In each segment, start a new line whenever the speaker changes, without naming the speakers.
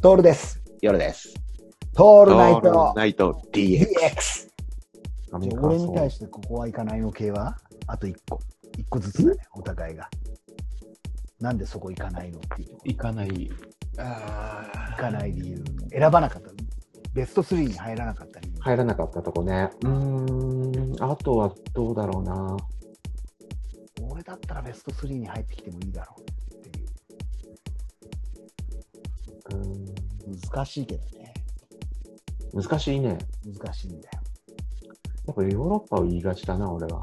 トールです。
夜です。
ト
オ
ールナイト
ナイト DX。
DX。
上川
俺に対
さ
してここはいかないの系はあと1個。1個ずつだね、お互いが。なんでそこ行かないのっていうとこ。
行かない。あ
行かない理由。選ばなかった。ベスト3に入らなかった理由
ん。入らなかったとこね。うーん、あとはどうだろうな。
俺だったらベスト3に入ってきてもいいだろうっていう。
うー
難しいけどね。
ん難しいね。
難しいんだよ。
やっぱヨーロッパを言いがちだな、俺は。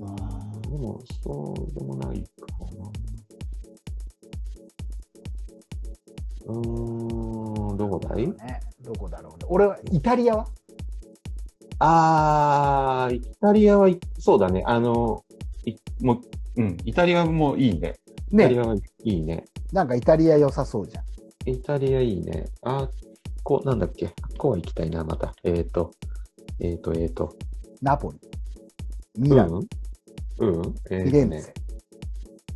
う
でも、そうでもないかな。うーん、どこだい
んね、どこだろうね。俺はイタリアは
あー、イタリアはい、そうだね。あの、いもう、うん、イタリアもいいね。イタリ
ね
アはいいね。
なんかイタリア良さそうじゃん。
イタリアいいね。あ、こう、なんだっけ。こう行きたいな、また。えっ、ー、と、えっ、ー、と、えっ、ー、と。
ナポリ、ミ
う
ラノ、
んうんえ
フィ
ー
レ
と
ンツ
ね。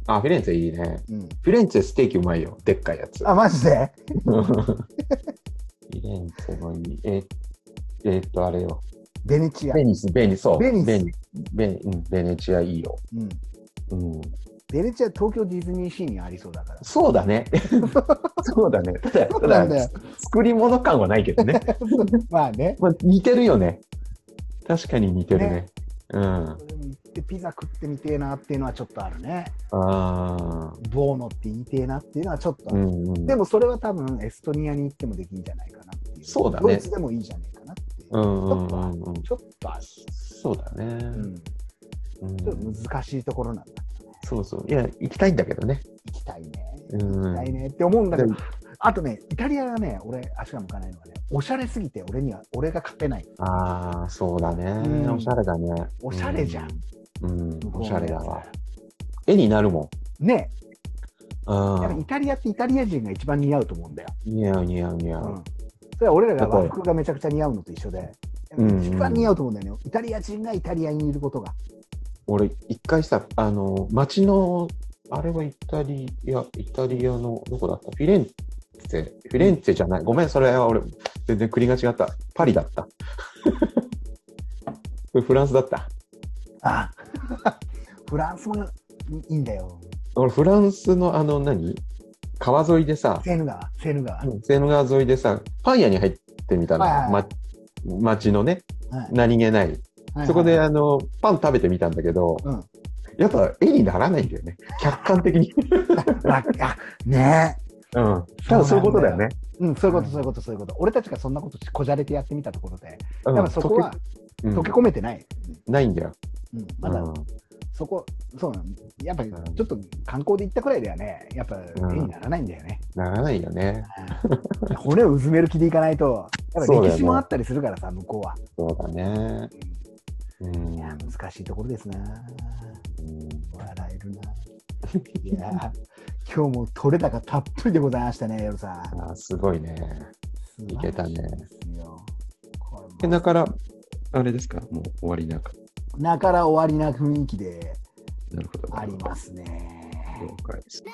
あ、フィレンツェいいね。
ェ。うん。
フィレンツェステーキうまいよ。でっかいやつ。
あ、マジで
うんフィレンツェのいい。えー、えー、と、あれよ。
ベネチア。
ベニス、ベニス、そう。
ベニス
ベニベニうんベネチアいいよ。
うん。
うん。
ベネチア東京ディズニーシーにありそうだから。
そうだ ね。そうだね。ただ、
そ
た
うなんだ
だ
よ。
作り物感はないけ どね。
まあね。
まあ、似てるよね。確かに似てるね。
ね
うん。
それも行ってピザ食ってみてえなっていうのはちょっとあるね。
ああ。
ボーノって言いてえなっていうのはちょっとあ
う
る。
んうん。
でもそれは多分エストニアに行ってもできんじゃないかなっていう。
そうだね
ドイツでもいいじゃねえかなっていう。
うんうんうんうん。
ちょっとある。
そうだね。
うん。ち
うん
ょっと難しいところなんだ。
そうそう。いや、行きたいんだけどね。
行きたいね。
うん
行きたいねって思うんだけど
で、
あとね、イタリアがね、俺、足が向かないのがね、おしゃれすぎて俺には、俺が勝てない。
ああ、そうだ
うん
ね。おしゃれだね。
おしゃれじゃん。
うん。うん
向こう
お
の
しゃれだ
や
わ。絵になるも
ね
ん。
え、やっ
う
ぱイ
ん。
タリアってイタリア人が一番似合うと思うんだよ。
似合う似合う似合
う。
うん
それは俺らが和服がめちゃくちゃ似合うのと一緒で、
うん
一番似合うと思うんだよね。イタリア人がイタリアにいることが。
俺、一回さ、あの、街の、あれはイタリア、イタリアの、どこだったフィレンツェ。フィレンツェじゃない。ごめん、それは俺、全然国が違った。パリだった。 フランスだった。
あ フランスもいいんだよ。
俺、フランスのあの何、川沿いでさ、
セーヌ川、セーヌ川。
セーヌ川沿いでさ、パン屋に入ってみたの。
はいはいは
ま、街のね、
はい
何気ない。そこ、
はい
で、
はい
あの、パン食べてみたんだけど、
うん
やっぱ絵にならないんだよね。客観的 に。
ああねえ。
うん。多分そういうことだよね。
うん、そういうこと、そういうこと、そういうこと。俺たちがそんなことこじゃれてやってみたところで、
うん
多分そこは
溶け
溶け込めてない。
うんないんだよ。
うん、まだ
うん
そこ、そうなの。やっぱり
うん
ちょっと観光で行ったくらいではね、やっぱ絵にならないんだよね。
ならないよね。
骨をうずめる気でいかないと、やっぱ
そうだ
歴
よね
史もあったりするからさ、向こうは。
そうだね。うん。
うんいや、難しいところですな。
うん
笑えるな。いや、今日も取れ高たっぷりでございましたね、夜さん。
あーすごいね。
素
い
晴
け
ら
た
しい
ね
ですよ。これも
で、だから、あれですかもう終わりなんか。
なから終わりな雰囲気で
なるほど。
ありますね。
了解です。
ラ